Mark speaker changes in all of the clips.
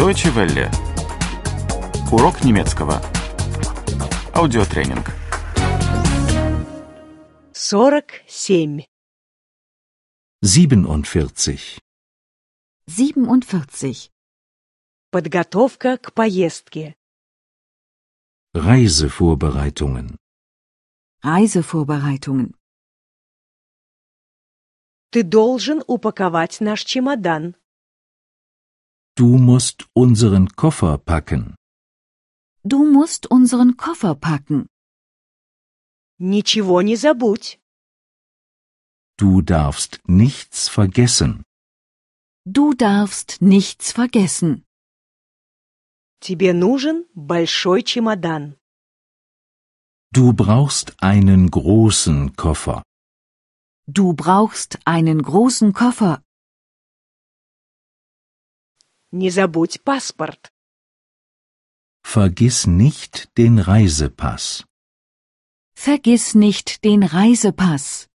Speaker 1: Deutsche Welle. Урок немецкого. Аудиотренинг.
Speaker 2: 47.
Speaker 3: 47.
Speaker 4: 47.
Speaker 2: Подготовка к поездке.
Speaker 3: Reisevorbereitungen.
Speaker 4: Reisevorbereitungen.
Speaker 2: Ты должен упаковать наш чемодан.
Speaker 3: Du musst unseren Koffer packen.
Speaker 4: Du musst unseren Koffer packen.
Speaker 2: Ничего не забудь.
Speaker 3: Du darfst nichts vergessen.
Speaker 4: Du darfst nichts vergessen.
Speaker 2: Тебе нужен большой чемодан.
Speaker 3: Du brauchst einen großen Koffer.
Speaker 4: Du brauchst einen großen Koffer.
Speaker 2: Не забудь паспорт.
Speaker 3: Vergiss nicht den Reisepass.
Speaker 4: Vergiss nicht den Reisepass.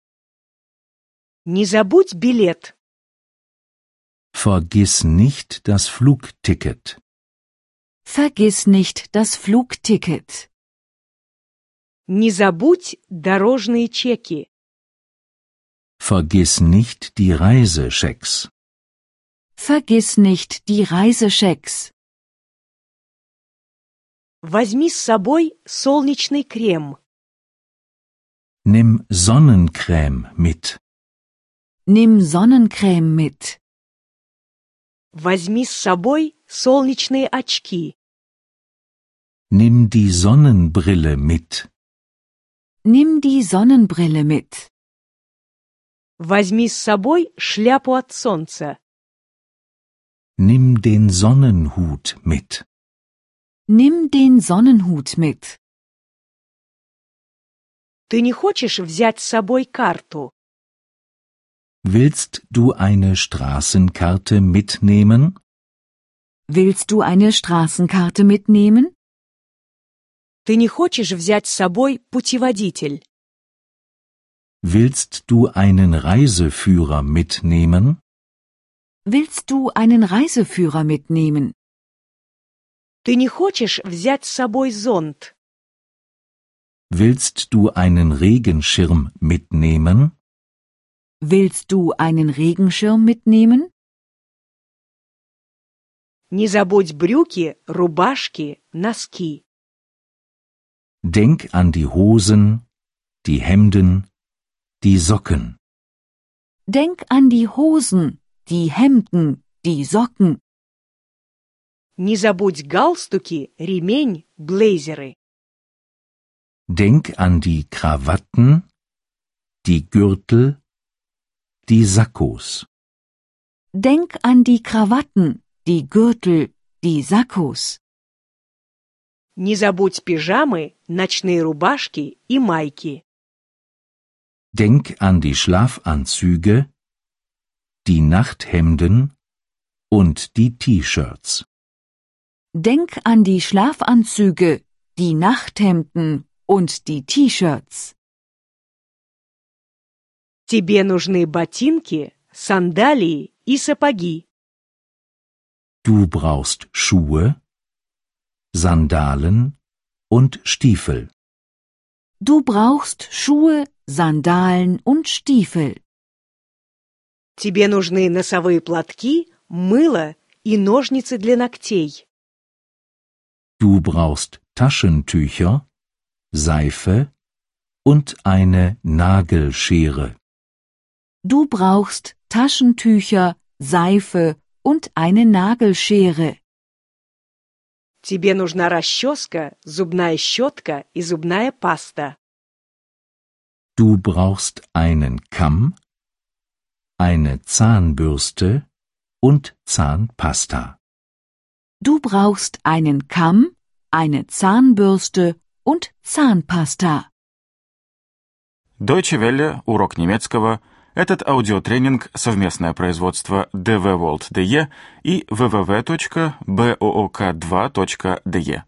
Speaker 2: Не забудь билет.
Speaker 3: Vergiss nicht das Flugticket.
Speaker 4: Vergiss nicht das Flugticket.
Speaker 2: Не забудь дорожные чеки.
Speaker 3: Vergiss nicht die Reisechecks.
Speaker 4: Vergiss nicht die Reisechecks.
Speaker 2: Возьми с собой солнечный крем.
Speaker 3: Nimm Sonnencreme mit.
Speaker 4: Nimm Sonnencreme mit.
Speaker 2: Возьми с собой солнечные очки.
Speaker 3: Nimm die Sonnenbrille mit.
Speaker 4: Nimm die Sonnenbrille mit.
Speaker 2: Возьми с собой шляпу от солнца.
Speaker 3: Nimm den Sonnenhut mit.
Speaker 4: Nimm den Sonnenhut mit.
Speaker 2: Ты не хочешь взять с собой карту?
Speaker 3: Willst du eine Straßenkarte mitnehmen?
Speaker 4: Willst du eine Straßenkarte mitnehmen?
Speaker 2: Ты не хочешь взять с собой путеводитель?
Speaker 3: Willst du einen Reiseführer mitnehmen?
Speaker 4: Willst du einen Reiseführer mitnehmen?
Speaker 2: Ты не хочешь взять с собой зонт?
Speaker 3: Willst du einen Regenschirm mitnehmen?
Speaker 4: Willst du einen Regenschirm mitnehmen?
Speaker 2: Не забудь брюки, рубашки, носки.
Speaker 3: Denk an die Hosen, die Hemden, die Socken.
Speaker 4: Denk an die Hosen, die Hemden, die Socken.
Speaker 2: Не забудь галстуки, ремень, блейзеры.
Speaker 3: Denk an die Krawatten, die Gürtel, die Sakkos.
Speaker 4: Denk an die Krawatten, die Gürtel, die Sakkos.
Speaker 2: Не забудь пижамы, ночные рубашки и майки.
Speaker 3: Denk an die Schlafanzüge, die Nachthemden und die T-Shirts.
Speaker 4: Denk an die Schlafanzüge, die Nachthemden und die T-Shirts.
Speaker 2: Тебе нужны ботинки, сандалии и сапоги.
Speaker 3: Du brauchst Schuhe, Sandalen und Stiefel.
Speaker 4: Du brauchst Schuhe, Sandalen und Stiefel.
Speaker 2: Тебе нужны носовые платки, мыло и ножницы для ногтей.
Speaker 3: Du brauchst Taschentücher, Seife und eine Nagelschere.
Speaker 4: Du brauchst Taschentücher, Seife und eine Nagelschere.
Speaker 2: Тебе нужна расческа, зубная щетка и зубная паста.
Speaker 3: Du brauchst einen Kamm, eine Zahnbürste und Zahnpasta.
Speaker 4: Du brauchst einen Kamm, eine Zahnbürste und Zahnpasta.
Speaker 1: Deutsche Welle. Урок немецкого. Этот аудиотренинг – совместное производство DW World DE и www.book2.de.